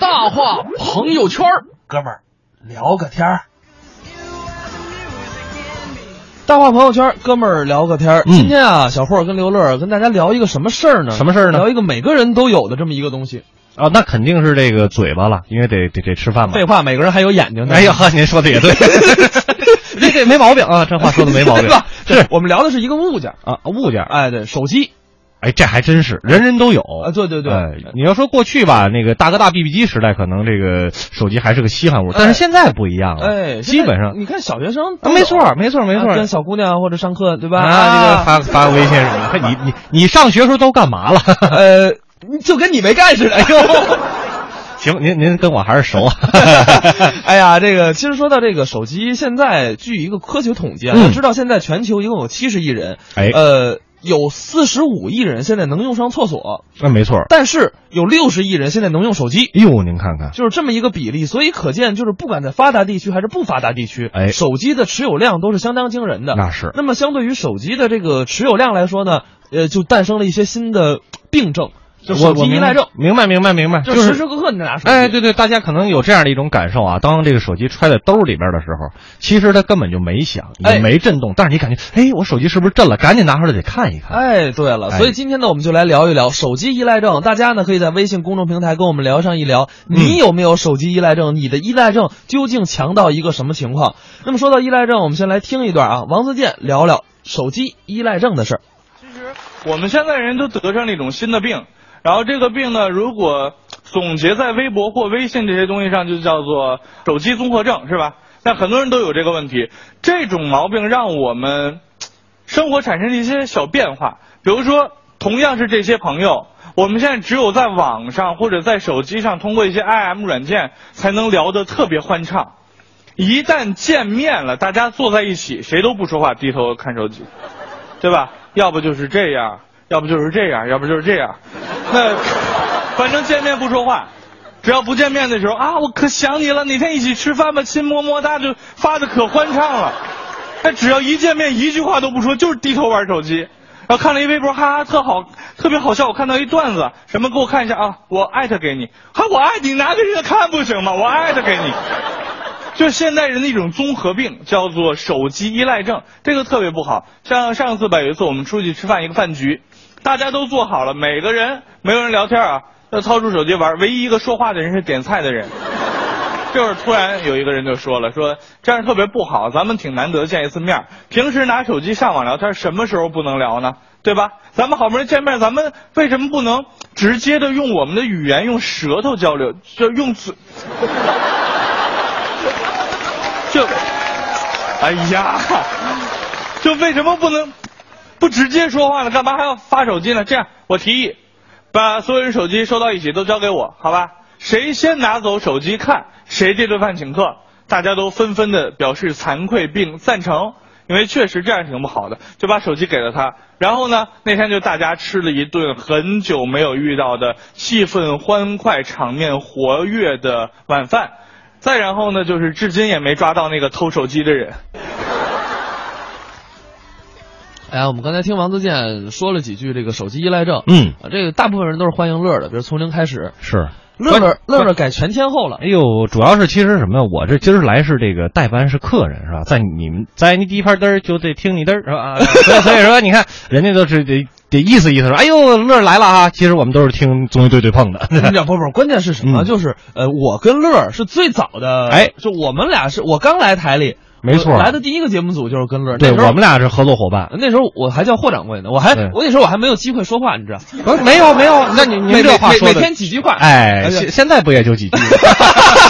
大话朋友圈儿。哥们儿聊个天儿。大话朋友圈，哥们儿聊个天儿。嗯今天啊，小霍跟刘乐跟大家聊一个什么事儿呢？什么事儿呢聊一个每个人都有的这么一个东西。啊，那肯定是这个嘴巴了，因为得得得吃饭嘛。废话，每个人还有眼睛呢。哎呀，呵，您说的也对，这这没毛病啊，这话说的没 毛病对吧？。是我们聊的是一个物件儿，啊，物件儿，哎，对，手机哎，这还真是人人都有啊，对对对，哎你要说过去吧，那个大哥大 BB 机时代，可能这个手机还是个稀罕物，哎但是现在不一样了，哎，哦基本上你看小学生啊都有，没错儿，没错儿，没错啊跟儿。小姑娘或者上课对吧？啊，这个啊，发发微信什么的，你你你上学时候都干嘛了？ 呃，就跟你没干似的。哎呦。行，您您跟我还是熟 啊。 哎呀，这个其实说到这个手机，现在据一个科学统计啊，嗯要知道现在全球一共有七十亿人，哎呃，有四十五亿人现在能用上厕所，那没错儿。但是有六十亿人现在能用手机。哎呦，您 看看，就是这么一个比例，所以可见，就是不管在发达地区还是不发达地区，哎手机的持有量都是相当惊人的。那是那么相对于手机的这个持有量来说呢，呃，就诞生了一些新的病症，就手我我机依明赖白症，明白明白明白，就就是时时刻刻你拿手机。哎，对对，大家可能有这样的一种感受啊，当这个手机揣在兜里边的时候，其实它根本就没响，也哎没震动，但是你感觉，哎，我手机是不是震了？赶紧拿出来得看一看。哎，对了，哎所以今天呢，我们就来聊一聊手机依赖症。大家呢可以在微信公众平台跟我们聊上一聊，你有没有手机依赖症？你的依赖症究竟强到一个什么情况？那么说到依赖症，我们先来听一段啊，王自健聊聊手机依赖症的事儿。其实我们现在人都得上了一种新的病，然后这个病呢，如果总结在微博或微信这些东西上，就叫做手机综合症，是吧？那很多人都有这个问题，这种毛病让我们生活产生了一些小变化，比如说，同样是这些朋友。我们现在只有在网上或者在手机上，通过一些 IM 软件才能聊得特别欢畅。一旦见面了，大家坐在一起，谁都不说话，低头看手机。对吧？要不就是这样，要不就是这样，要不就是这样。那反正见面不说话，只要不见面的时候啊，我可想你了，哪天一起吃饭吧，亲么么哒，就发的可欢畅了。但只要一见面，一句话都不说，就是低头玩手机。然后看了一微博，哈哈，特好，特别好笑。我看到一段子，什么给我看一下啊？我艾特给你，哈，我艾特你拿给人家看不行吗？我艾特给你。 就是现代人的一种综合病，叫做手机依赖症，这个特别不好。像上次吧，有一次我们出去吃饭，一个饭局，大家都坐好了，每个人没有人聊天啊，要掏出手机玩，唯一一个说话的人是点菜的人。这会儿突然有一个人就说了，说这样特别不好，咱们挺难得见一次面儿，平时拿手机上网聊天，什么时候不能聊呢？对吧？咱们好不容易见面，咱们为什么不能直接的用我们的语言，用舌头交流，就用嘴？就，哎呀，就为什么不能不直接说话呢？干嘛还要发手机呢？这样，我提议，把所有人手机收到一起都交给我，好吧？谁先拿走手机看，谁这顿饭请客。大家都纷纷的表示惭愧并赞成，因为确实这样挺不好的，就把手机给了他。然后呢，那天就大家吃了一顿很久没有遇到的气氛欢快、场面活跃的晚饭。再然后呢，就是至今也没抓到那个偷手机的人。哎，我们刚才听王自健说了几句这个手机依赖症，嗯，啊这个大部分人都是欢迎乐儿的，比如从零开始，是。乐乐关乐乐改全天候了，哎呦，主要是其实什么呀？我这今儿来是这个代班是客人是吧？在你们在你地盘嘚儿就得听你嘚儿是吧？啊所以所以说你看人家都是得得意思意思说，哎呦乐儿来了啊！其实我们都是听综艺对对碰的。 你 讲不不，关键是什么？嗯就是呃，我跟乐儿是最早的，哎，就我们俩是我刚来台里，没错我来的第一个节目组就是跟乐儿，对那时候我们俩是合作伙伴。那时候我还叫霍掌柜呢，我还对我那时候我还没有机会说话，你知道？不是没有没有，那你您每这话每说的每天几句话，哎，哎呀现现在不也就几句吗？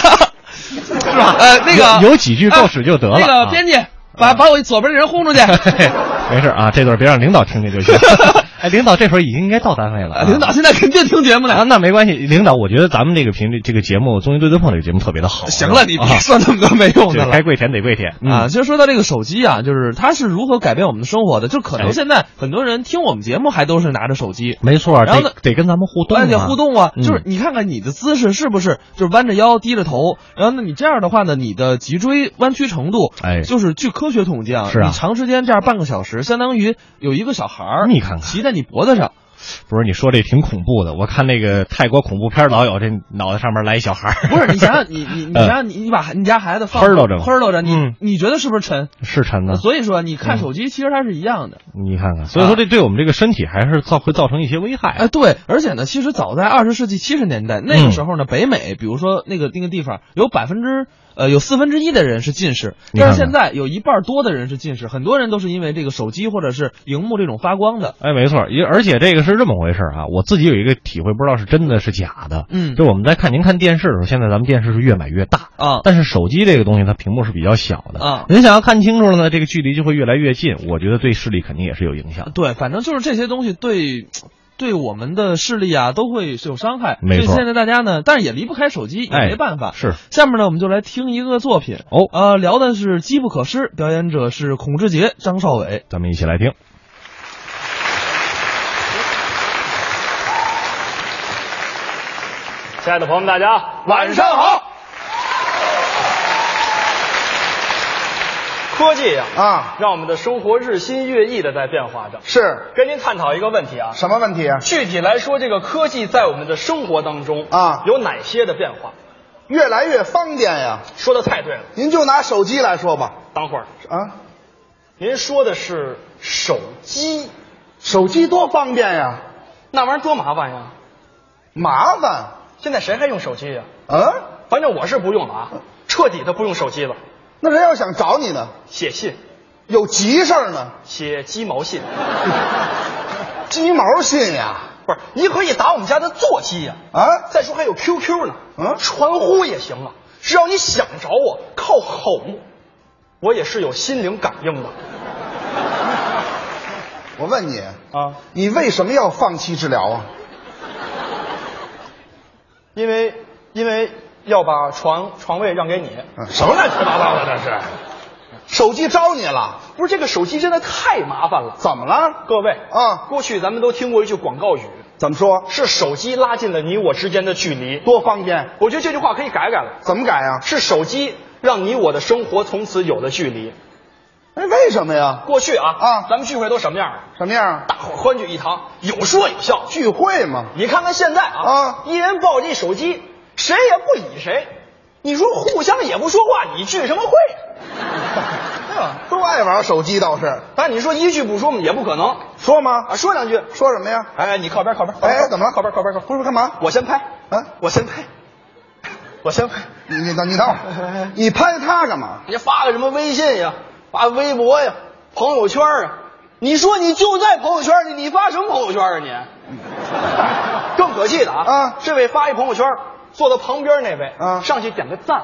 是 吧？呃，那个有有几句够使就得了哎那啊个编辑把把我左边的人轰出去。 没事啊，这段别让领导听见就 行。哎，领导这会儿已经应该到单位了、啊领导现在肯定听节目啊，呢。那没关系。领导，我觉得咱们这个频率，这个节目《综艺对对碰》这个节目特别的好。行了，你别啊说那么多没用这的了个该。跪舔得跪舔啊，嗯其实说到这个手机啊，就是它是如何改变我们的生活的，就可哎能现在很多人听我们节目还都是拿着手机，没错，然后得呢得跟咱们互动、啊，哎，得互。动啊，嗯就是你看看你的姿势是不是就是弯着腰低着头，然后呢，你这样的话呢，你的脊椎弯曲程度，哎就是据科学统计啊，是啊你长时间这样半个小时，相当于有一个小孩儿，你看看骑在你脖子上，不是你说这挺恐怖的，我看那个泰国恐怖片儿老有这脑袋上面来一小孩儿，不是你想想你你你想想你你把你家孩子放嗯嘚儿搂着嘚儿搂着，你嗯你觉得是不是沉？是沉的，所以说你看手机其实它是一样的。你看啊看，所以说这对我们这个身体还是造会造成一些危害。哎，对，而且呢，其实早在二十世纪七十年代那个嗯时候呢，北美，比如说那个那个地方有百分之呃有四分之一的人是近视，你但是现看在有一半多的人是近视，很多人都是因为这个手机或者是荧幕这种发光的。哎，没错，也而且这个是这么回事儿啊，我自己有一个体会，不知道是真的是假的。嗯就我们在看您看电视的时候，现在咱们电视是越买越大，啊但是手机这个东西它屏幕是比较小的啊您想要看清楚了呢，这个距离就会越来越近，我觉得对视力肯定也是有影响的。对，反正就是这些东西对。对我们的视力啊，都会是有伤害。没错所以现在大家呢，但是也离不开手机，也哎没办法。是下面呢，我们就来听一个作品，哦，呃，聊的是《机不可失》，表演者是孔志杰、张少伟。咱们一起来听。亲爱的朋友们，大家晚上好。科技呀、啊，让我们的生活日新月异的在变化着。是跟您探讨一个问题啊，什么问题啊？具体来说，这个科技在我们的生活当中啊有哪些的变化？越来越方便呀。说的太对了，您就拿手机来说吧，等会儿啊，您说的是手机，手机多方便呀，那玩意儿多麻烦呀！麻烦。现在谁还用手机呀？嗯、反正我是不用了啊，彻底的不用手机了，那人要想找你呢，写信，有急事儿呢，写鸡毛信。鸡毛信呀，不是，你可以打我们家的座机呀、啊再说还有 QQ 呢，嗯传呼也行啊，只要你想找我，靠吼，我也是有心灵感应的我问你，啊。你为什么要放弃治疗啊？因为因为要把床床位让给你，啊什么乱七八糟的这是？手机招你了？不是这个手机真的太麻烦了。怎么了？各位啊过去咱们都听过一句广告语，怎么说？是手机拉近了你我之间的距离。多方便？我觉得这句话可以改改了，怎么改啊？是手机让你我的生活从此有了距离。哎，为什么呀？过去啊啊咱们聚会都什么样啊？什么样？大伙儿欢聚一堂，有说有笑。聚会嘛。你看看现在啊，啊一人抱着一手机，谁也不理谁。你说互相也不说话，你聚什 么会？对吧？都爱玩手机倒是，但你说一句不说嘛，也不可能说吗？啊。说两句，说什么呀？哎，你靠边靠边，靠边哎，怎么了？靠边靠边靠边，不是干嘛？我先拍，啊我先拍，我先拍。你你等你等会儿，你拍他干嘛？你发个什么微信呀，发微博呀，朋友圈啊？你说你就在朋友圈里，你发什么朋友圈啊你？更可气的啊！啊这位发一朋友圈，坐到旁边那位啊上去点个赞，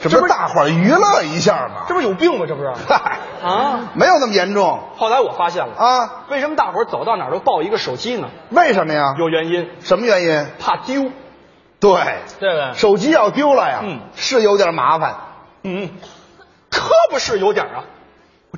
这不是大伙儿娱乐一下吗？这不是有病吗？这不是？嗨，啊！没有那么严重后来我发现了，啊？为什么大伙儿走到哪儿都抱一个手机呢？为什么呀？有原因，什么原因？怕丢，对，对不对？手机要丢了呀，嗯是有点麻烦。嗯，可不是有点儿啊，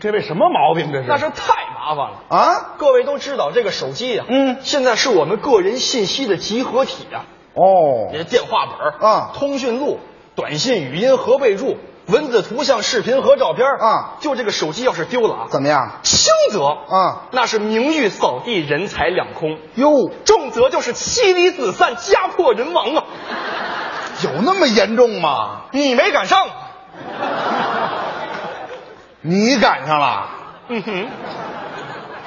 这位什么毛病？这那是太麻烦了。啊？各位都知道，这个手机呀、嗯现在是我们个人信息的集合体啊。哦你，的电话本儿啊通讯录、短信、语音和备注、文字、图像、视频和照片儿啊就这个手机要是丢了啊，怎么样？轻则啊，那是名誉扫地、人财两空；哟，重则就是妻离子散、家破人亡啊！有那么严重吗？你没赶上，你赶上了？嗯哼，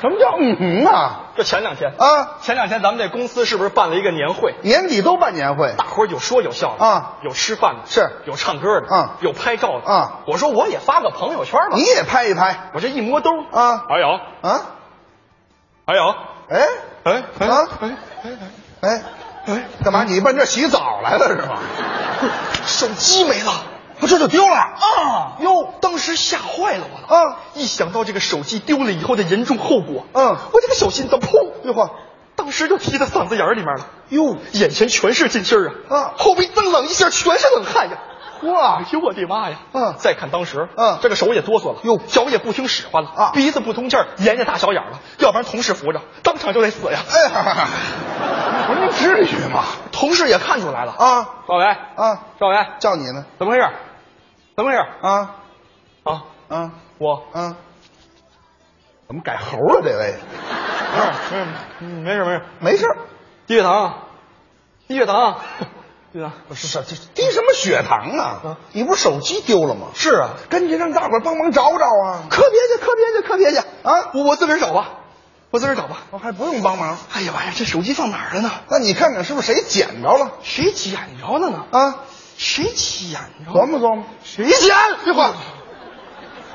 什么叫嗯哼啊？这前两天，啊，前两天咱们这公司是不是办了一个年会？年底都办年会大伙儿有说有笑的啊有吃饭的，是有唱歌的，啊有拍照的啊我说我也发个朋友圈吧，你也拍一拍我这一摸兜哎啊还有，啊？还有，哎哎哎啊哎哎哎哎，干嘛？你奔这洗澡来了是吗？手机没了不，这就丢了啊！哟，当时吓坏了我了啊！一想到这个手机丢了以后的严重后果，嗯我这个小心脏砰，哟呵，当时就提到嗓子眼儿里面了。哟，眼前全是金星儿啊！啊后背蹬冷一下，全是冷汗呀！哇，哎呦我的妈呀！嗯再看当时，嗯这个手也哆嗦了，哟脚也不听使唤了，啊鼻子不通气儿，眼也大小眼儿了，要不然同事扶着，当场就得死呀！哎哈哈，我说您至于吗？同事也看出来了，啊赵伟，啊，赵伟，叫你呢怎么回事？怎么回事？啊啊，啊我啊！怎么改猴了？这位没事没事嗯没事没事，没事儿，低血糖，低血糖，低血糖。不是是这低什么血糖啊？你不是手机丢了吗？是啊，赶紧让大伙儿帮忙找找啊！可别去，可别去，可别去啊！我我自个儿找吧，我自个儿找吧。我还不用帮忙，哎呀妈呀，这手机放哪儿了呢？那你看看是不是谁捡着了？谁捡着了呢？啊，谁捡着？琢磨琢磨，谁捡？这话，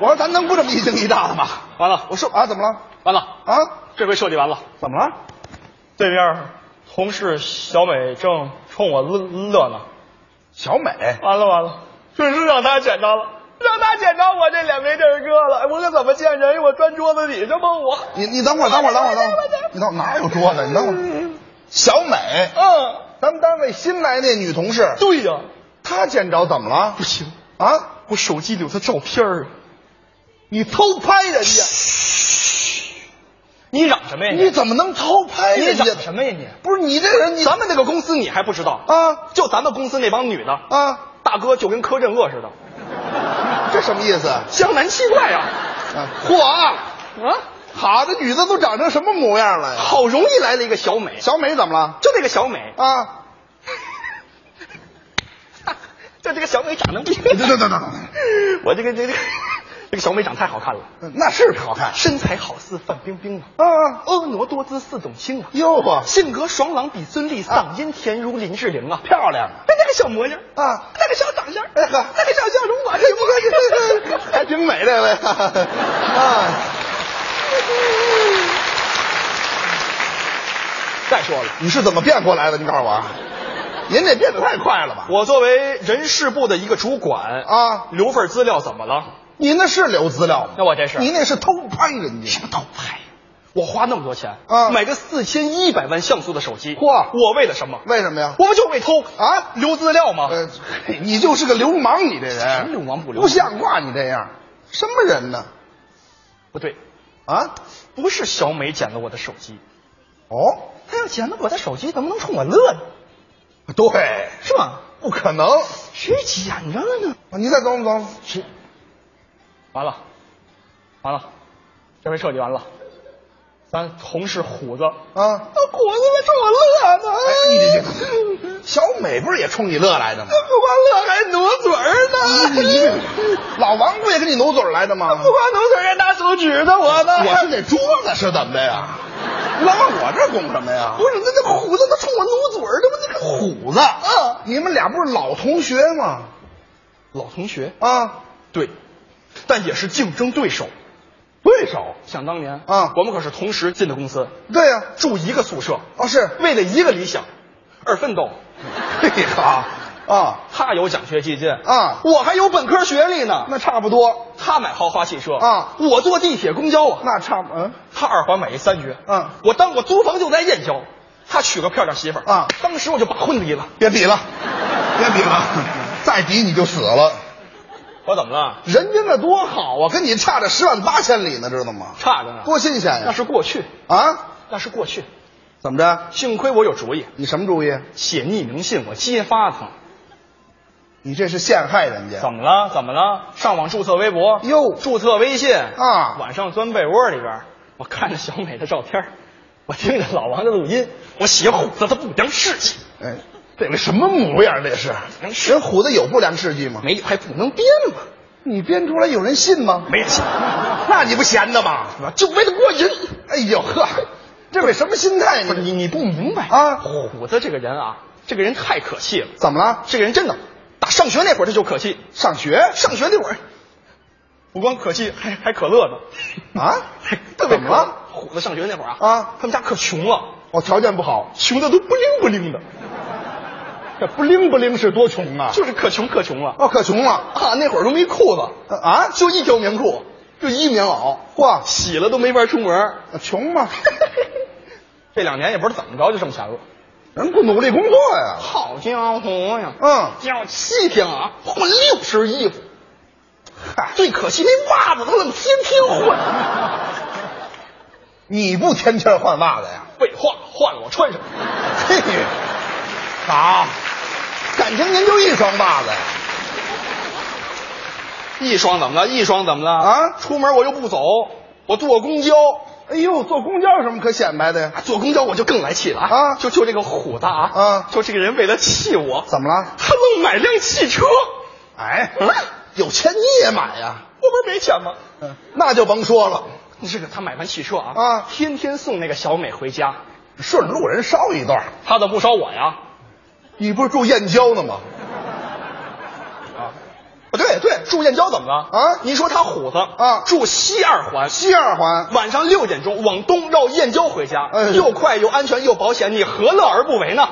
我说咱能不这么一惊一乍的吗？完了，我说啊，怎么了？完了啊，这回设计完了。怎么了？对面同事小美正冲我乐乐呢，小美，完了完了，准是让她捡着了，让她捡着我这脸没地儿搁了，哎我可怎么见人？我钻桌子底下吗？我你你等会儿，等会儿，等会儿，等会儿，你等哪有桌子？你等会儿，小美，嗯，咱们单位新来那女同事，对呀、她捡着怎么了不？行，啊，我手机里有她照片儿啊，你偷拍人家，你嚷什么哎呀你怎么能偷拍你人嚷家？什么呀你？不是你这人，你咱们这个公司你还不知道？啊就咱们公司那帮女的，啊，大哥就跟柯震恶似的，这什么意思？江南七怪啊！啊嚯 啊！啊，好的女的都长成什么模样了呀？好容易来了一个小美，小美怎么了？就这个小美，啊，就这个小美长得不行。等等等 等， 我这个这个这个小美长太好看了，嗯那是好看身材好似范冰冰啊，啊！婀娜多姿似董卿啊，哟呵，啊性格爽朗比孙俪，嗓音甜如林志玲啊，漂亮啊！哎，那个小模样啊那个小长相，哎呵那个小笑容，我是不客气。 还挺美这位啊！再说了，你是怎么变过来的？你告诉我啊，您这变得太快了吧？ 我作为人事部的一个主管啊留份资料怎么了？您那是留资料吗？那我这是您那是偷拍人家，倒拍。我花那么多钱啊买个四千一百万像素的手机，嚯我为了什么？为什么呀？我不就为偷啊留资料吗？呃，嘿你就是个流氓，你这人什么流氓不流氓不像话，你这样什么人呢？不对，啊，不是小美捡了我的手机，哦，她要捡了我的手机，怎么能冲我乐呢？对，是吗？不可能。谁啊捡着了呢？你再琢磨琢磨，是完了，完了，这回彻底完了。咱同事虎子，虎啊，子他冲我乐呢，哎，你这这小美不是也冲你乐来的吗？不光乐哎还挪嘴儿你呢，你这老王不也跟你努嘴儿来的吗？不光挪嘴儿还拿手指呢，我呢。我是这桌子是怎么的呀？你老往我这儿拱什么呀？不是那那虎子他冲我努嘴儿，这不那个虎子，嗯你们俩不是老同学吗？老同学啊，对，但也是竞争对手。对手，想当年啊我们可是同时进的公司，对呀、住一个宿舍，哦是，为了一个理想而奋斗。 嘿好啊，他有奖学基金啊我还有本科学历呢。那差不多，他买豪华汽车啊我坐地铁、公交啊。那差不嗯，他二环买一三居，嗯我当我租房就在燕郊，他娶个漂亮媳妇儿啊当时我就把婚离了。别比了，别比了，再比你就死了。我怎么了？人家那多好啊，跟你差着十万八千里呢，知道吗？差着呢，多新鲜呀！那是过去，啊，那是过去。怎么着？幸亏我有主意，你什么主意？写匿名信，我揭发他。你这是陷害人家？怎么了？怎么了？上网注册微博，哟注册微信啊晚上钻被窝里边儿，我看着小美的照片儿，我听着老王的录音，我写虎子的不良事迹，哎，这个什么模样？这是良事人虎子有不良事迹吗？没有还不能编吗？你编出来有人信吗？没人信，那你不闲的吗？就为了过瘾。哎呦呵，这位什么心态不呢？是你你不明白啊虎子这个人啊，这个人太可气了。怎么了？这个人真的，打上学那会儿他就可气，上学上学那会儿不光可气，还还可乐呢。啊 还特别怎可么乐了 虎子上学那会儿啊，啊他们家可穷了。哦，条件不好，穷的都不灵不灵的，这不灵不灵是多穷啊！就是可穷可穷了哦，可穷了啊！那会儿都没裤子，啊！就一条棉裤，就一棉袄，哇，洗了都没法出门。穷吗？这两年也不知道怎么着就挣钱了，人不努力工作呀？好家伙呀！嗯，要七天啊，换六身衣服。嗨，最可惜那袜子他愣天天换。 你不天天换袜子呀？废话，换了我穿什么？嘿，啊好，感情您就一双袜子呀？一双怎么了？一双怎么了？啊出门我又不走，我我坐公交。啊哎呦，坐公交有什么可显摆的呀？坐公交我就更来气了啊就就这个虎大啊啊就这个人为了气我，怎么了？他愣买辆汽车，哎嗯，有钱你也买呀？我不是没钱吗？嗯，那就甭说了，你这个他买完汽车啊啊天天送那个小美回家，顺路人捎一段。他怎么不捎我呀？你不是住燕郊呢吗？啊对对，住燕郊怎么了啊你说他虎子啊住西二环，西二环，晚上六点钟往东绕燕郊回家，哎又快又安全又保险，你何乐而不为呢？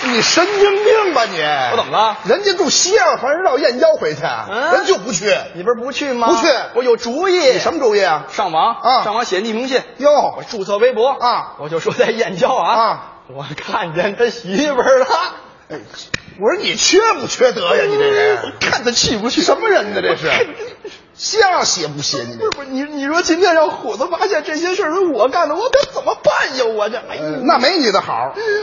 你神经病吧你？我怎么了人家住西二环绕燕郊回去，啊嗯人就不去。你不是不去吗？不去我有主意。你什么主意啊？上网啊上网写匿名信，哟我，注册微博啊我就说在燕郊啊啊，我看见他媳妇儿了，我说你缺不缺德呀？你这人，看他气不气？什么人呢？这是，瞎写不写你不是不是你你说今天让虎子发现这些事儿是我干的，我可怎么办呀？我这哎呦这？那没你的好。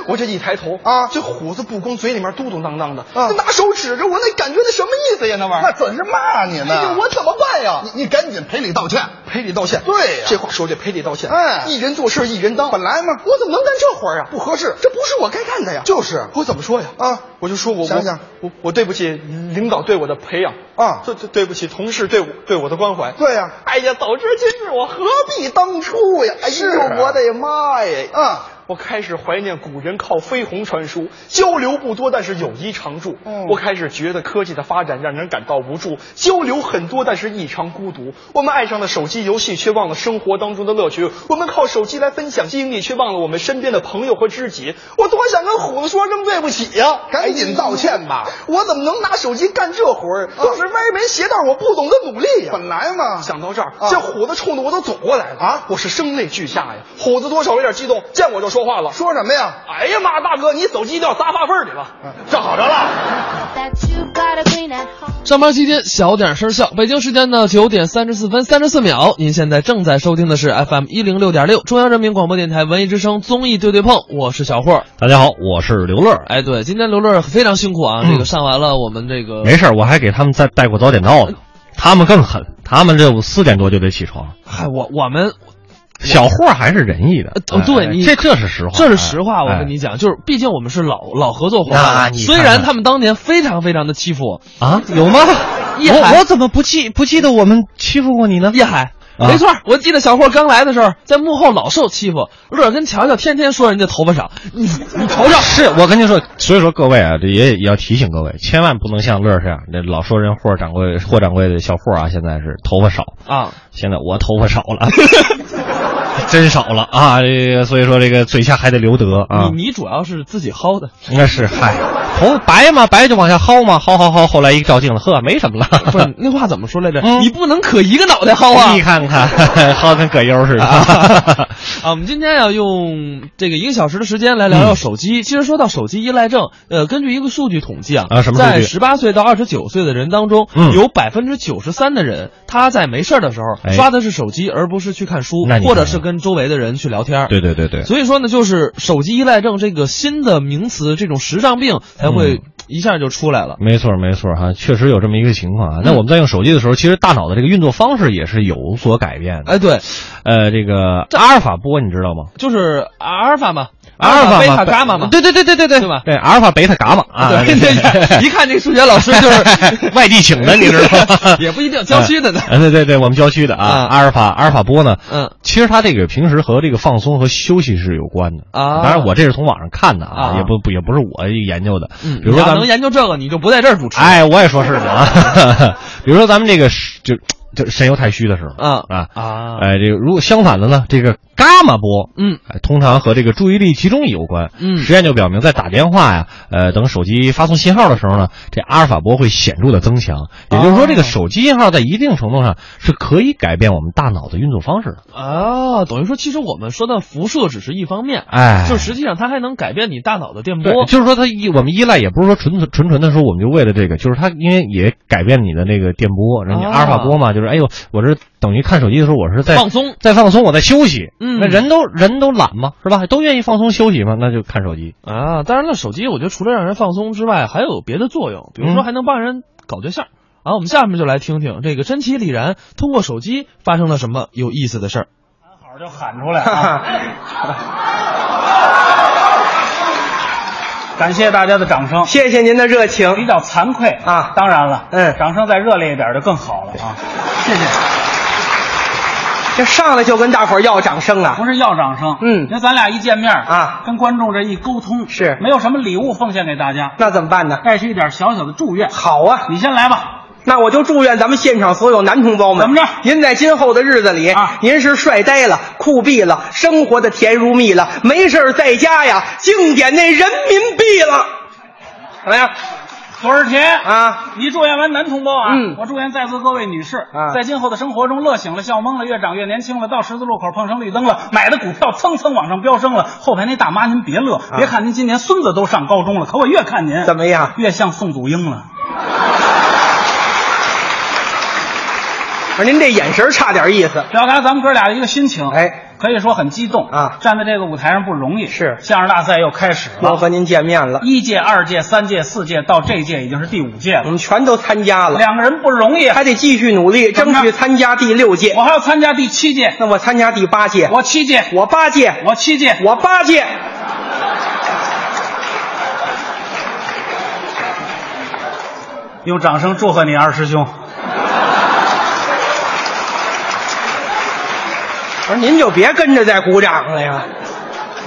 我这一抬头啊这虎子不光嘴里面嘟嘟囔囔的，啊他拿手指着我，那感觉那什么意思呀？那玩意那儿，准是骂你哎呢。呦，我怎么办呀？你你赶紧赔礼道歉。赔礼道歉，对呀这话说这赔礼道歉，哎一人做事一人当，本来嘛我怎么能干这活儿啊？不合适这不是我该干的呀。就是我怎么说呀？啊我就说我想想我我我对不起领导对我的培养啊对对对不起同事对我对我的关怀。对呀哎呀，早知今日我何必当初呀？哎呦是啊，我的妈呀！啊，我开始怀念古人靠飞鸿传书，交流不多，但是友谊常驻。嗯我开始觉得科技的发展让人感到无助，交流很多，但是异常孤独。我们爱上了手机游戏，却忘了生活当中的乐趣。我们靠手机来分享经历，却忘了我们身边的朋友和知己。我多想跟虎子说声对不起呀、赶紧道歉吧哎呦我怎么能拿手机干这活儿？都是歪门邪道，我不懂得努力呀、嗯本来嘛，想到这儿，啊这虎子冲着我都走过来了啊我是声泪俱下呀。虎子多少有点激动，见我就说话了，说什么呀？哎呀妈，大哥，你手机掉仨发缝里了，找着了。 that you gotta clean at home. 上班期间小点声笑。北京时间的九点三十四分三十四秒，您现在正在收听的是 FM 一零六点六中央人民广播电台文艺之声综艺对对碰，我是小霍。大家好，我是刘乐。哎，对，今天刘乐非常辛苦啊，嗯这个上完了我们这个没事儿，我还给他们再带过早点到呢。他们更狠，他们这四点多就得起床。嗨，我我们小霍还是仁义的，呃对哎你这这是实话，这是实话，哎我跟你讲，就是毕竟我们是老老合作伙那伴，你虽看看然他们当年非常非常的欺负我，啊，有吗？一海我我怎么不记不记得我们欺负过你呢？叶海。啊没错，我记得小霍刚来的时候，在幕后老受欺负，乐儿跟乔乔天天说人家头发少，你你瞅瞅，是我跟你说，所以说各位啊，这也也要提醒各位，千万不能像乐儿这样，这老说人霍掌柜、霍掌柜的小霍啊，现在是头发少，啊，现在我头发少 了，真少了啊！这个所以说这个嘴下还得留德啊。你你主要是自己薅的，那是嗨，头白嘛，白就往下薅嘛，薅薅薅，后来一照镜子，呵，没什么了。 不是那话怎么说来着？嗯哎你不能可一个脑袋薅啊！你看看，薅得跟葛优似的。啊，啊我们今天要用这个一个小时的时间来聊嗯聊手机。其实说到手机依赖症，呃，根据一个数据统计啊，啊什么数据在十八岁到二十九岁的人当中，嗯有百分之九十三的人他在没事儿的时候哎刷的是手机，而不是去看书那，你看或者是跟周围的人去聊天。 对。对对对，所以说呢，就是手机依赖症这个新的名词，这种时尚病才会嗯一下就出来了。没错没错哈、确实有这么一个情况啊。那我们在用手机的时候，其实大脑的这个运作方式也是有所改变的。哎，对，呃，这个阿尔法波你知道吗？就是阿尔法嘛，阿尔法贝嘛塔伽马嘛，对对对对对对，对吧对，阿尔法、贝塔、伽马啊，对对对，一看这数学老师就是？外地请的，你知道 吗也不一定郊区的呢哎对对对，我们郊区的啊啊，阿尔法阿尔法波呢？嗯，其实它这个平时和这个放松和休息是有关的啊当然，我这是从网上看的啊，啊也不不也不是我研究的。嗯，比如你说要咱能们，研究这个，你就不在这儿主持。哎，我也说是的啊。 比如说咱们这个是就就神游太虚的时候啊啊，啊，哎，这个如果相反的呢，这个伽马波，嗯哎，通常和这个注意力集中有关。嗯实验就表明，在打电话呀，呃，等手机发送信号的时候呢，这阿尔法波会显著的增强。也就是哦说，这个手机信号在一定程度上是可以改变我们大脑的运作方式的。啊，等于说，其实我们说的辐射只是一方面，哎，就实际上它还能改变你大脑的电波对，就是说它依我们依赖也不是说纯纯纯的说我们就为了这个，就是它因为也改变你的那个电波，然后你啊阿尔法波嘛，就是哎呦，我这等于看手机的时候我是在放松。在放松，我在休息。嗯那人都人都懒嘛，是吧？都愿意放松休息嘛，那就看手机。啊。当然了，手机我觉得除了让人放松之外，还有别的作用，比如说嗯还能帮人搞对象。啊，我们下面就来听听这个真奇李然通过手机发生了什么有意思的事儿。好就喊出来 啊！感谢大家的掌声，谢谢您的热情比较惭愧啊当然了，嗯掌声再热烈一点就更好了啊！谢谢。这上来就跟大伙儿要掌声啊！不是要掌声，嗯那咱俩一见面啊跟观众这一沟通是没有什么礼物奉献给大家，那怎么办呢？带去一点小小的祝愿。好啊，你先来吧，那我就祝愿咱们现场所有男同胞们，怎么着您在今后的日子里啊您是帅呆了、酷毙了，生活的甜如蜜了，没事儿在家呀，净点那人民币了，怎么样？多少钱？啊，你祝愿完男同胞啊，嗯我祝愿在座各位女士啊在今后的生活中乐醒了、笑懵了、越长越年轻了，到十字路口碰上绿灯了，买的股票蹭蹭往上飙升了。后排那大妈您别乐，别看您今年孙子都上高中了，可我越看您啊怎么样？越像宋祖英了。不是您这眼神儿差点意思。表达咱们哥俩的一个心情，哎，可以说很激动啊站在这个舞台上不容易，是相声大赛又开始又了，和您见面了，一届、二届、三届、四届到这届已经是第五届我了，们全都参加了，两个人不容易，嗯还得继续努力，怎么争着取参加第六届我。还要参加第七届，那我参加第八届，我七届，嗯我八届，我七届，我八届，用掌声祝贺你二师兄。我说您就别跟着再鼓掌了呀。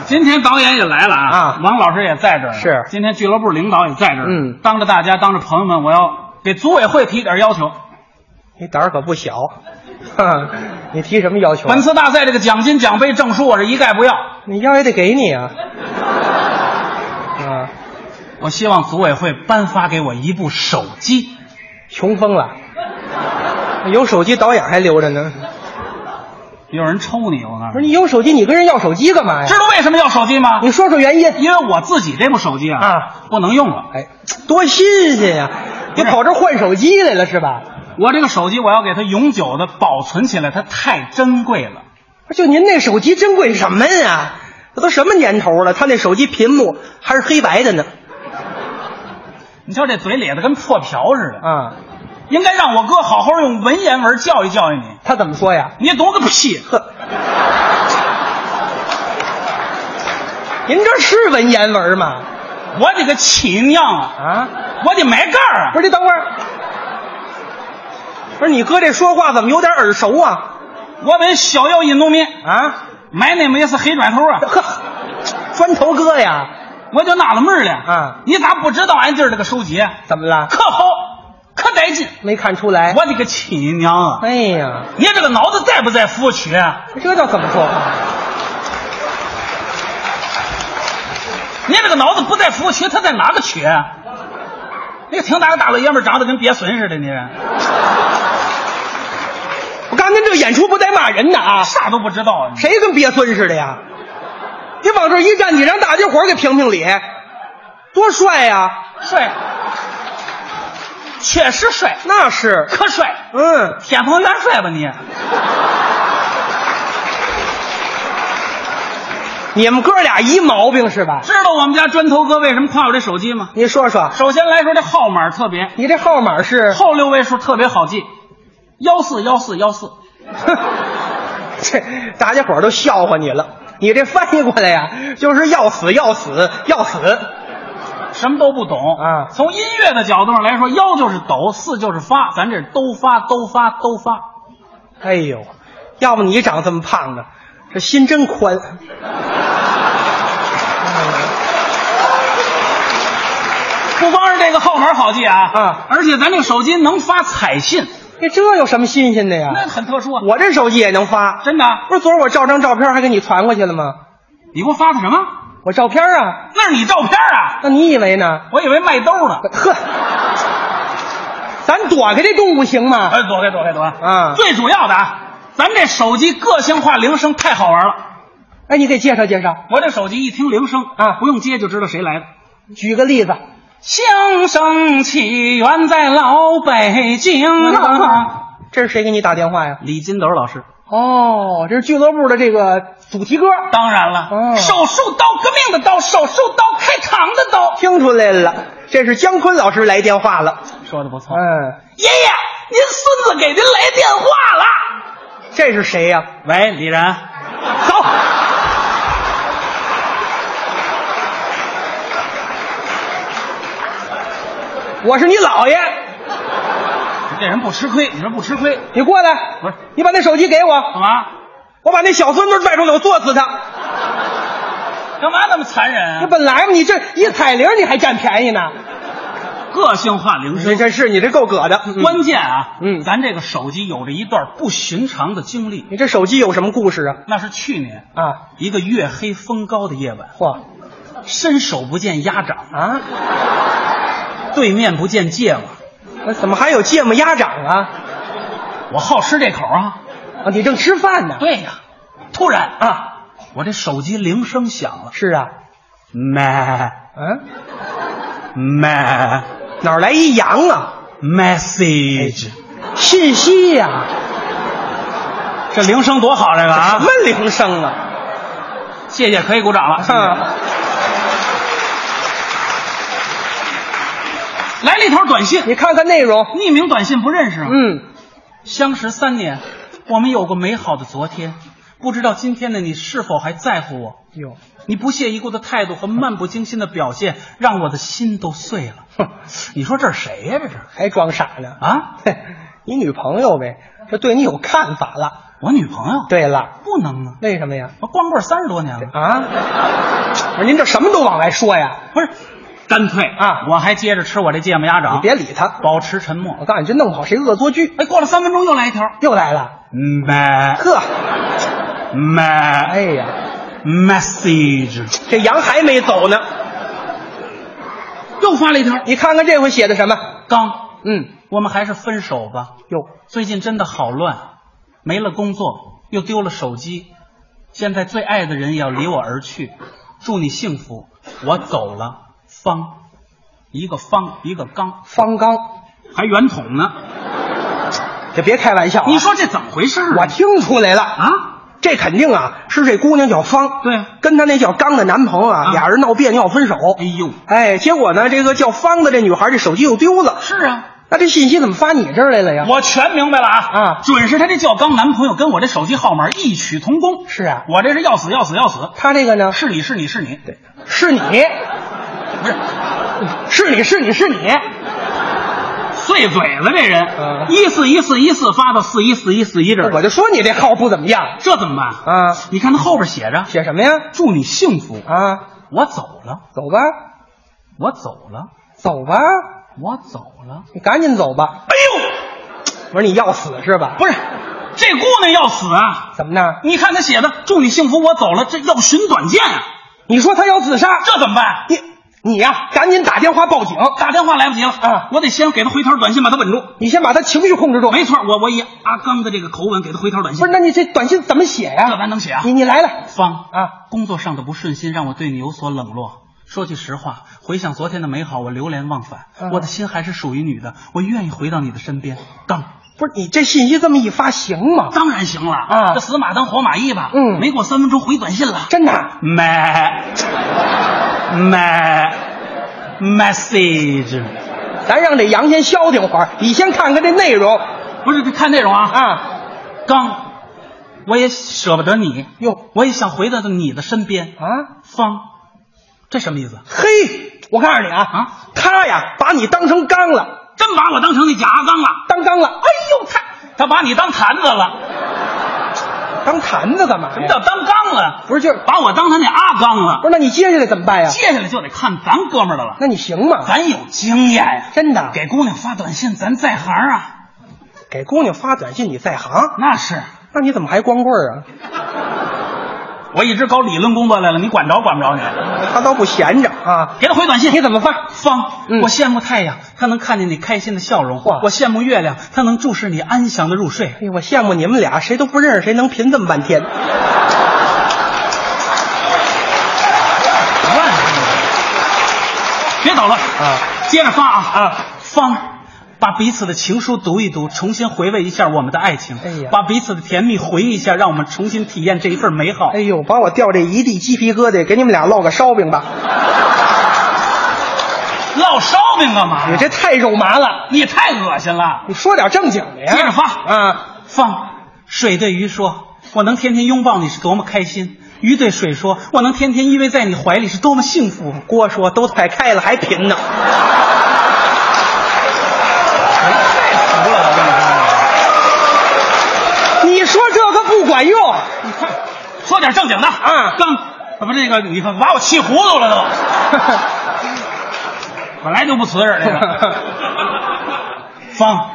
今天导演也来了啊，啊王老师也在这儿呢。是今天俱乐部领导也在这儿。嗯，当着大家，当着朋友们，我要给组委会提点要求。你胆儿可不小，哈，你提什么要求啊？本次大赛这个奖金、奖杯、证书，我是一概不要。你要也得给你啊。啊，我希望组委会颁发给我一部手机。穷疯了，有手机导演还留着呢。有人抽你，我告不诉是你，哎你有手机，你跟人要手机干嘛呀知？道为什么要手机吗？你说说原因。因为我自己这部手机啊，啊不能用了。哎，多新鲜呀！不你是跑这儿换手机来了是吧？我这个手机我要给它永久的保存起来，它太珍贵了。就您那手机珍贵什么呀？这都什么年头了？他那手机屏幕还是黑白的呢。你瞧这嘴咧的跟破瓢似的，啊，应该让我哥好好用文言文教育教育你。他怎么说呀？你懂 个屁！呵，您这是文言文吗？我的个亲娘啊！啊，我的买盖儿不是，啊！你等会儿，不是你哥这说话怎么有点耳熟啊？我们逍遥饮农民，啊，买那么也是黑砖 头啊！呵，砖头哥呀，我就纳了闷儿了啊！你咋不知道俺今儿这个手机怎么了？可好，可带劲？没看出来？我的个亲娘啊！哎呀，你这个脑子在不在服务区啊？这叫怎么说话？你这个脑子不在服务区，它在哪个区啊？你挺大个大老爷们儿，长得跟鳖孙似的，你这我刚才您这演出不带骂人的啊！啥都不知道啊！你谁跟鳖孙似的呀？你往这儿一站，你让大家伙儿给评评理，多帅呀、帅，啊确实帅，那是，可帅，嗯，天蓬元帅吧你？你们哥俩一毛病是吧？知道我们家砖头哥为什么夸我这手机吗？你说说，首先来说，这号码特别，你这号码是？后六位数特别好记，幺四幺四幺四。这大家伙儿都笑话你了。你这翻译过来呀，就是要死要死要死。什么都不懂啊从音乐的角度上来说，幺就是抖，四就是发，咱这是都发都发都发。哎呦，要不你长这么胖的，这心真宽。不光是这个号码好记啊，啊而且咱这个手机能发彩信，你这有什么新鲜的呀？那很特殊啊。我这手机也能发，真的啊，不是昨儿我照张照片还给你传过去了吗？你给我发的什么？我照片啊，那是你照片啊，那你以为呢？我以为卖兜 呢。呵，咱躲开这动物行吗？哎，躲开躲开躲开啊最主要的啊，咱这手机个性化铃声太好玩了。哎，你给介绍介绍，我这手机一听铃声啊不用接就知道谁来了。举个例子。相声起源在老北京啊，这是谁给你打电话呀？李金斗老师。哦，这是俱乐部的这个主题歌，当然了，哦手术刀，革命的刀，手术刀，开膛的刀。听出来了，这是姜昆老师来电话了。说的不错。嗯，爷爷，您孙子给您来电话了。这是谁呀、喂，李然，走。我是你姥爷，这人不吃亏，你说不吃亏你过来。不是你把那手机给我，干嘛？我把那小孙子拽出来，我坐死他。干嘛那么残忍这啊？本来嘛，你这一彩铃你还占便宜呢。个性化铃这声。这是你这够葛的，嗯关键啊，嗯咱这个手机有着一段不寻常的经历，你这手机有什么故事啊？那是去年啊，一个月黑风高的夜晚，嚯伸手不见鸭掌，啊！对面不见芥末。那怎么还有芥末鸭掌啊？我好吃这口啊。啊，你正吃饭呢。对呀、突然啊，我这手机铃声响了，是啊，麦嗯，麦哪儿来一羊啊？哎 message，信息呀、哎这铃声多好，这个什啊么！铃声啊？谢谢，可以鼓掌了。啊， 来了一条短信，你看看内容。匿名短信不认识啊。嗯，相识三年，我们有过美好的昨天，不知道今天的你是否还在乎我？哟，你不屑一顾的态度和漫不经心的表现，让我的心都碎了。哼，你说这是谁呀、这是还装傻呢？啊？嘿你女朋友呗，这对你有看法了。我女朋友？，对了，不能啊，为什么呀？我光棍三十多年了。啊，不是您这什么都往外说呀？不是，干脆啊我还接着吃我这芥末鸭掌。你别理他，保持沉我默。告诉你，这弄不好谁恶作剧。哎，过了三分钟又来一条，又来了，嗯呗呵，呗哎呀， message，这羊还没走呢。又发了一条，你看看这回写的什么？刚，嗯，我们还是分手吧。哟，最近真的好乱，没了工作，又丢了手机，现在最爱的人也要离我而去。祝你幸福，我走了。方，一个方，一个刚，方刚，还圆筒呢。这别开玩笑、你，说这怎么回事啊？哦我听出来了啊，啊，这肯定啊是这姑娘叫方，对，跟她那叫刚的男朋友啊，啊俩人闹别扭要分手。哎呦，哎，结果呢，这个叫方的这女孩这手机又丢了，是啊。那这信息怎么发你这儿来了呀？ 我全明白了啊！啊准是他这叫刚男朋友跟我这手机号码异曲同工。是啊我这是要死要死要死！她这个呢是你是你是你，是你，不是是你是你是你，碎嘴子这人啊，一四一四一四发到四一四一四一这儿，我就说你这号不怎么样这怎么办？啊。你看他后边写着写什么呀？ “祝你幸福”，啊，我走了，走吧，我走了，走吧，我走了。你赶紧走吧。哎呦，我说你要死是吧？不是，这姑娘要死啊！怎么呢？你看他写的“祝你幸福”，我走了，这要寻短见啊！你说她要自杀，这怎么办？你你呀、赶紧打电话报警，打电话来不及了啊我得先给他回条短信，把他稳住。你先把她情绪控制住。没错，我我以阿刚的这个口吻给他回条短信。不是，那你这短信怎么写这玩意呀、儿能写啊？你你来来，方啊，工作上的不顺心让我对你有所冷落。说句实话，回想昨天的美好，我流连忘返。嗯我的心还是属于你的，我愿意回到你的身边。刚，不是你这信息这么一发行吗？当然行了啊这死马当活马医吧。嗯没过三分钟回短信了。真的，啊买买 message，咱让这羊先消停会儿，你先看看这内容不是看内容啊。啊。刚，我也舍不得你，哟我也想回到你的身边。啊，方，这什么意思？嘿，我告诉你啊，啊，他呀把你当成缸了，真把我当成那假阿刚了。当缸了，哎呦，他他把你当坛子了，当坛子哎干嘛呀？什么叫当缸了？不是就是把我当他那阿刚了不。是？那你接下来怎么办呀？接下来就得看咱哥们儿的了，那你行吗？咱有经验呀、真的啊给姑娘发短信，咱在行啊。给姑娘发短信你在行，那是，那你怎么还光棍儿啊？我一直搞理论工作来了，你管着管不着你。他倒不闲着啊，给他回短信，你怎么发？方，嗯我羡慕太阳，它能看见你开心的笑容；嚯我羡慕月亮，它能注视你安详的入睡。哎呦，我羡慕你们俩，谁都不认识，谁能贫这么半天？万别捣乱啊！接着发啊啊！方，把彼此的情书读一读，重新回味一下我们的爱情。哎呀把彼此的甜蜜回忆一下，让我们重新体验这一份美好。哎呦，把我掉这一地鸡皮疙瘩，给你们俩烙个烧饼吧。烙烧饼干嘛呀？你这太肉麻了，你也太恶心了！你说点正经的呀。接着发啊！放水对鱼说：“我能天天拥抱你是多么开心。”鱼对水说：“我能天天依偎在你怀里是多么幸福。”锅说都快开了还贫呢，太服了，我跟你说，你说这个不管用。你看， 说点正经的啊刚啊不，这个你看把我气糊涂了都，本来就不瓷实 这个。方，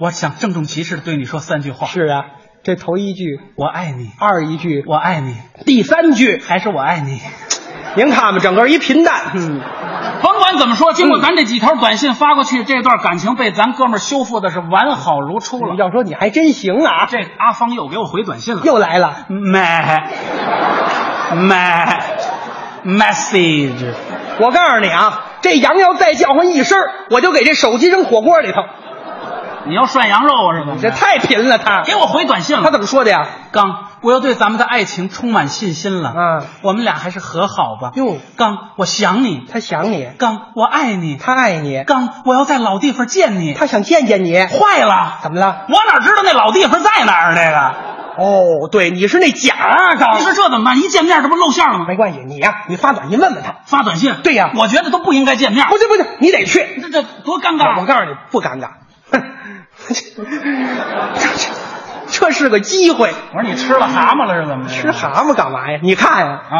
我想郑重其事的对你说三句话：是啊，这头一句，我爱你，二一句，我爱你，第三句，还是我爱你。您看吧，整个一贫蛋。嗯， 甭管怎么说，经过咱这几条短信发过去，这段感情被咱哥们儿修复的是完好如初了。要说你还真行啊，这阿芳又给我回短信了，又来了。买买 message，我告诉你啊，这羊要再叫唤一声，我就给这手机扔火锅里头。你要涮羊肉啊是吧？这太贫了他，给我回短信了，他怎么说的呀？刚，我又对咱们的爱情充满信心了。嗯，我们俩还是和好吧。哟刚，我想你。他想你，刚，我爱你。他爱你，刚，我要在老地方见你。他想见见你。坏了，怎么了？我哪知道那老地方在哪儿？这个，哦，对，你是那假啊，刚你说这怎么办？一见面这不露馅了吗？没关系，你呀、你发短信问问他。发短信。对呀我觉得都不应该见面。不对不对，你得去。这这多尴尬！啊我我告诉你，不尴尬，这 这是个机会。我说你吃了蛤蟆了是怎么着？吃蛤蟆干嘛呀？你看呀、啊？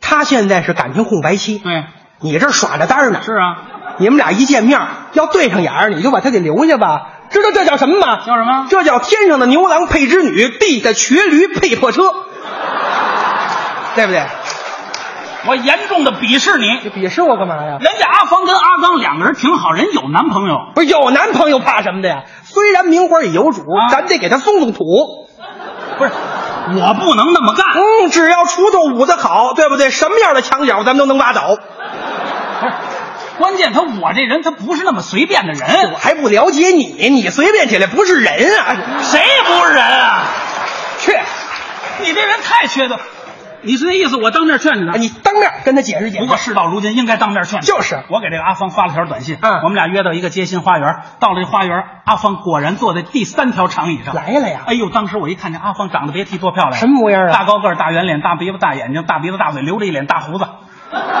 他现在是感情空白期，对，你这耍着单儿呢。是啊，你们俩一见面要对上眼儿，你就把他给留下吧。知道这叫什么吗？叫什么这叫天上的牛郎配织女，地下瘸驴配破车，对不对？我严重的鄙视你。你鄙视我干嘛呀？人家阿芳跟阿刚两个人挺好，人有男朋友，不是有男朋友怕什么的呀？虽然名花已有主，啊咱得给他松松土。不是，我不能那么干。嗯，只要锄头舞得好，对不对？什么样的墙角咱们都能挖倒。关键他我这人他不是那么随便的人我，还不了解你，你随便起来不是人啊！ 谁不是人啊？去，你这人太缺德！你是那意思？我当面劝劝他。啊你当面跟他解释解不过释。事到如今，应该当面劝。就是我给这个阿芳发了条短信，嗯我们俩约到一个街心花园。到了这花园，阿芳果然坐在第三条长椅上。来了呀哎呦，当时我一看见阿芳长得别提多漂亮了，什么模样啊大高个儿、大圆脸、大鼻子、大眼睛、大鼻子、大嘴，留着一脸大胡子。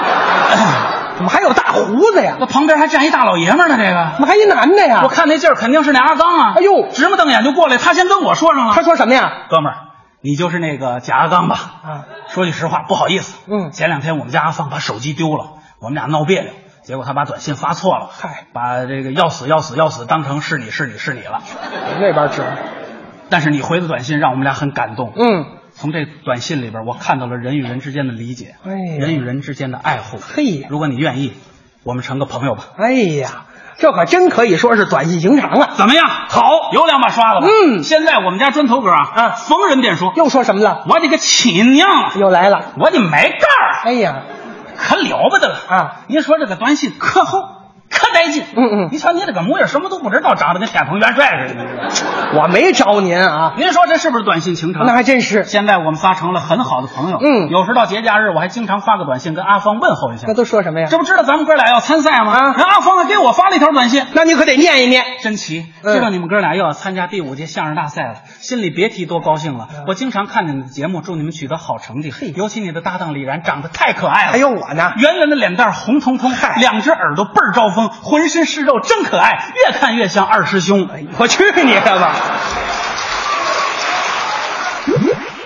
怎么还有大胡子呀？那旁边还站一大老爷们儿呢，这个。怎么还一男的呀？我看那劲儿肯定是那阿刚啊！哎呦直目瞪眼就过来，他先跟我说上了。他说什么呀？哥们儿，你就是那个贾阿刚吧？啊，说句实话，不好意思，嗯前两天我们家阿芳把手机丢了，我们俩闹别扭，结果他把短信发错了，嗨，把这个要死要死要死当成是你是你是你了。那边指。但是你回的短信让我们俩很感动，嗯，从这短信里边我看到了人与人之间的理解，哎呀人与人之间的爱护。嘿如果你愿意，我们成个朋友吧。哎呀，这可真可以说是短信情长啊！怎么样？好，有两把刷子吧。嗯现在我们家砖头哥啊，啊逢人便说，又说什么了？我的个亲娘啊，又来了。我的买盖儿啊，哎呀，可了不得了啊！您说这个短信可好，可带劲。嗯嗯你瞧你这个模样，什么都不知道，长得跟天蓬元帅似的。我没招您啊，您说这是不是短信情长？那还真是。现在我们仨成了很好的朋友。嗯有时到节假日，我还经常发个短信跟阿芳问候一下那。都说什么呀？这不知道咱们哥俩要参赛吗？啊人阿芳还给我发了一条短信。那你可得念一念。真奇，嗯知道你们哥俩又要参加第五届相声大赛了，心里别提多高兴了。嗯我经常看你们的节目，祝你们取得好成绩。尤其你的搭档李然长得太可爱了，还有我呢。圆圆的脸蛋儿红彤彤，两只耳朵倍儿招风，浑身是肉，真可爱，越看越像二师兄。哎我去你的吧！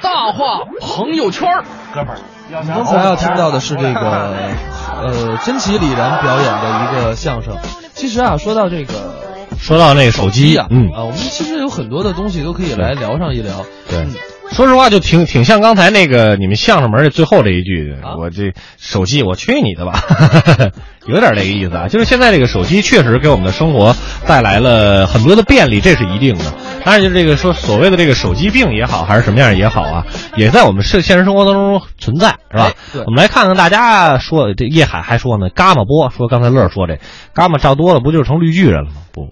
大话朋友圈儿。刚刚才要听到的是这个， 呃，真奇李然表演的一个相声。其实啊，说到这个说到那手机啊，嗯，啊，我们其实有很多的东西都可以来聊上一聊。对，说实话就挺挺像刚才那个你们相声门的最后这一句啊，我这手机我去你的吧， 有点这个意思啊。就是现在这个手机确实给我们的生活带来了很多的便利，这是一定的。当然，就是这个说所谓的这个手机病也好，还是什么样也好啊，也在我们是现实生活当中存在，是吧哎？对我们来看看大家说，这叶海还说呢，伽马波说刚才乐儿说这伽马照多了，不就是成绿巨人了吗？不，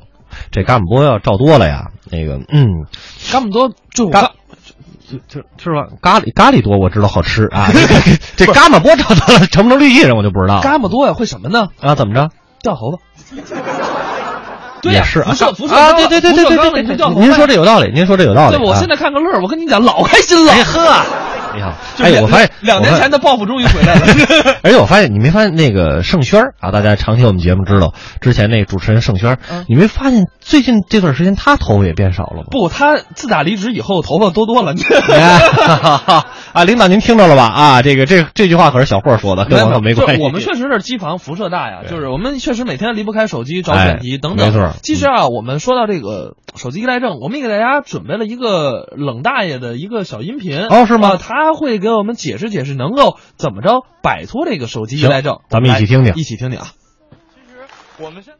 这伽马波要照多了呀，那个嗯。这么多就我咖，就就是吧，咖喱咖喱多我知道 好吃啊，这个这这伽马波找到了成不成绿巨人我就不知道了嘎巴多呀，会什么呢？啊，怎么着？掉头发。 对呀也是啊辐射辐射啊，高对了对对辐对射对高了对你就对掉头对，发您呀说这有道理，您说这有道理。对，我啊现在看个乐儿，我跟你讲，老开心了。哎呵，哎呀，就哎，两我发现两年前的报复终于回来 了。而且我发现，你没发现那个盛轩儿啊？大家常听我们节目知道，之前那个主持人盛轩儿，嗯你没发现最近这段时间他头发也变少了吗？不，他自打离职以后，头发多多了。 啊，领导您听着了吧？啊，这个这这句话可是小霍说的，跟我可没关系。就我们确实是机房辐射大呀，对就是我们确实每天离不开手机找哎选题等等。没错其实啊，我们说到这个手机依赖症，我们也给大家准备了一个冷大爷的一个小音频。哦是吗啊他会给我们解释解释，能够怎么着摆脱这个手机依赖症行。咱们一起听听来一起听听啊。我们现在。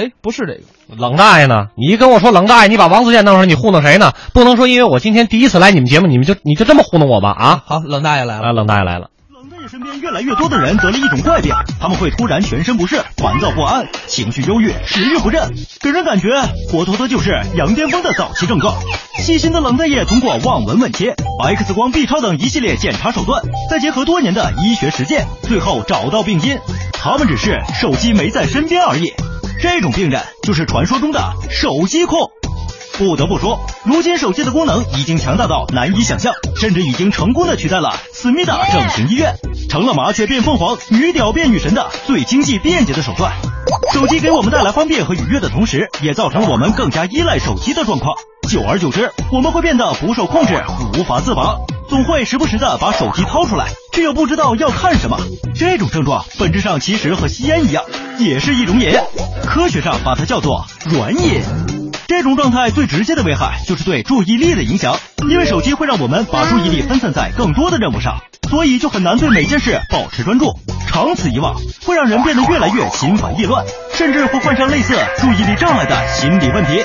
哎，不是这个，冷大爷呢？你一跟我说冷大爷，你把王自健弄上，你糊弄谁呢？不能说因为我今天第一次来你们节目，你们就你就这么糊弄我吧？啊好，冷大爷来了。啊，冷大爷来了。冷大爷身边越来越多的人得了一种怪病，他们会突然全身不适、烦躁不安、情绪忧郁、食欲不振，给人感觉活脱脱就是羊癫疯的早期症状。细心的冷大爷通过望闻问切、X 光、B 超等一系列检查手段，再结合多年的医学实践，最后找到病因。他们只是手机没在身边而已。这种病人就是传说中的手机控。不得不说，如今手机的功能已经强大到难以想象，甚至已经成功的取代了思密达整形医院，成了麻雀变凤凰、女屌变女神的最经济便捷的手段。手机给我们带来方便和愉悦的同时，也造成了我们更加依赖手机的状况。久而久之，我们会变得不受控制，无法自拔，总会时不时的把手机掏出来，却又不知道要看什么。这种症状本质上其实和吸烟一样，也是一种瘾，科学上把它叫做软瘾。这种状态最直接的危害就是对注意力的影响，因为手机会让我们把注意力分散在更多的任务上，所以就很难对每件事保持专注。长此以往，会让人变得越来越心烦意乱，甚至会患上类似注意力障碍的心理问题。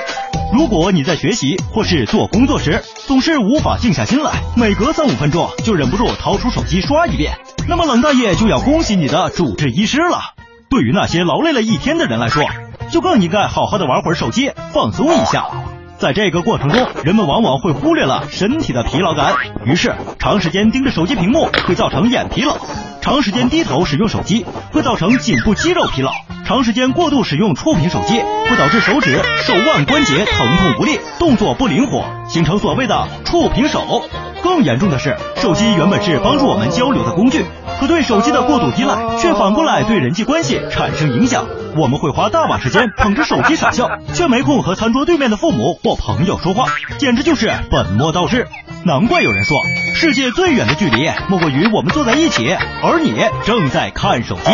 如果你在学习或是做工作时，总是无法静下心来，每隔三五分钟就忍不住掏出手机刷一遍，那么冷大爷就要恭喜你的主治医师了。对于那些劳累了一天的人来说，就更应该好好的玩会儿手机，放松一下。在这个过程中，人们往往会忽略了身体的疲劳感，于是长时间盯着手机屏幕会造成眼疲劳，长时间低头使用手机会造成颈部肌肉疲劳，长时间过度使用触屏手机会导致手指、手腕关节疼痛无力，动作不灵活，形成所谓的触屏手。更严重的是，手机原本是帮助我们交流的工具，可对手机的过度依赖却反过来对人际关系产生影响。我们会花大把时间捧着手机傻笑，却没空和餐桌对面的父母或朋友说话，简直就是本末倒置。难怪有人说，世界最远的距离莫过于我们坐在一起，而你正在看手机。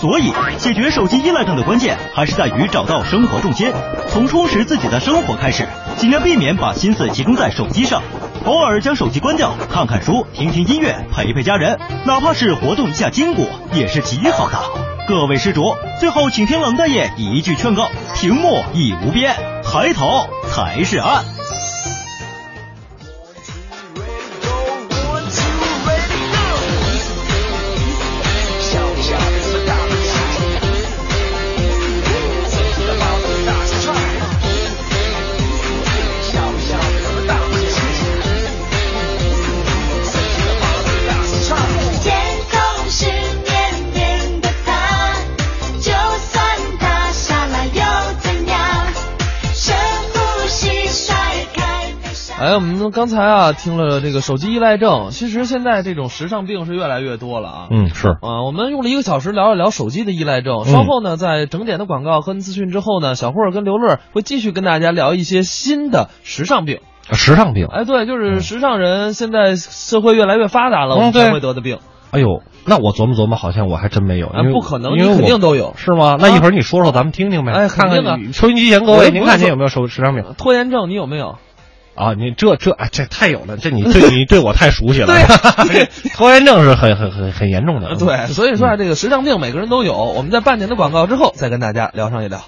所以，解决手机依赖症的关键还是在于找到生活重心，从充实自己的生活开始，尽量避免把心思集中在手机上。偶尔将手机关掉，看看书，听听音乐，陪陪家人，哪怕是活动一下筋骨，也是极好的。各位施主，最后请听冷大爷一句劝告：屏幕已无边，抬头才是岸。天空是绵绵的它，就算它下来又怎样？深呼吸，甩开悲伤。哎，我们刚才啊听了这个手机依赖症，其实现在这种时尚病是越来越多了啊。嗯，是啊，我们用了一个小时聊一聊手机的依赖症。嗯稍后呢，在整点的广告和资讯之后呢，小霍跟刘乐会继续跟大家聊一些新的时尚病。时尚病。哎，对，就是时尚人现在社会越来越发达了，嗯我们才对会得的病。哎呦，那我琢磨琢磨，好像我还真没有，啊因为不可能因为你肯我定都有啊是吗？那一会儿你说说，咱们听听呗，哎肯看定看的你收音机前各我也位，不您是嗯看见说有没有手时尚病拖延症你有没有？啊？你这这哎，这太有 了，这你对你对我太熟悉了。 哎对啊拖延症是很很 很很严重的。呃，对，所以说啊，这个时尚病每个人都有。我们在半年的广告之后再跟大家聊上一聊。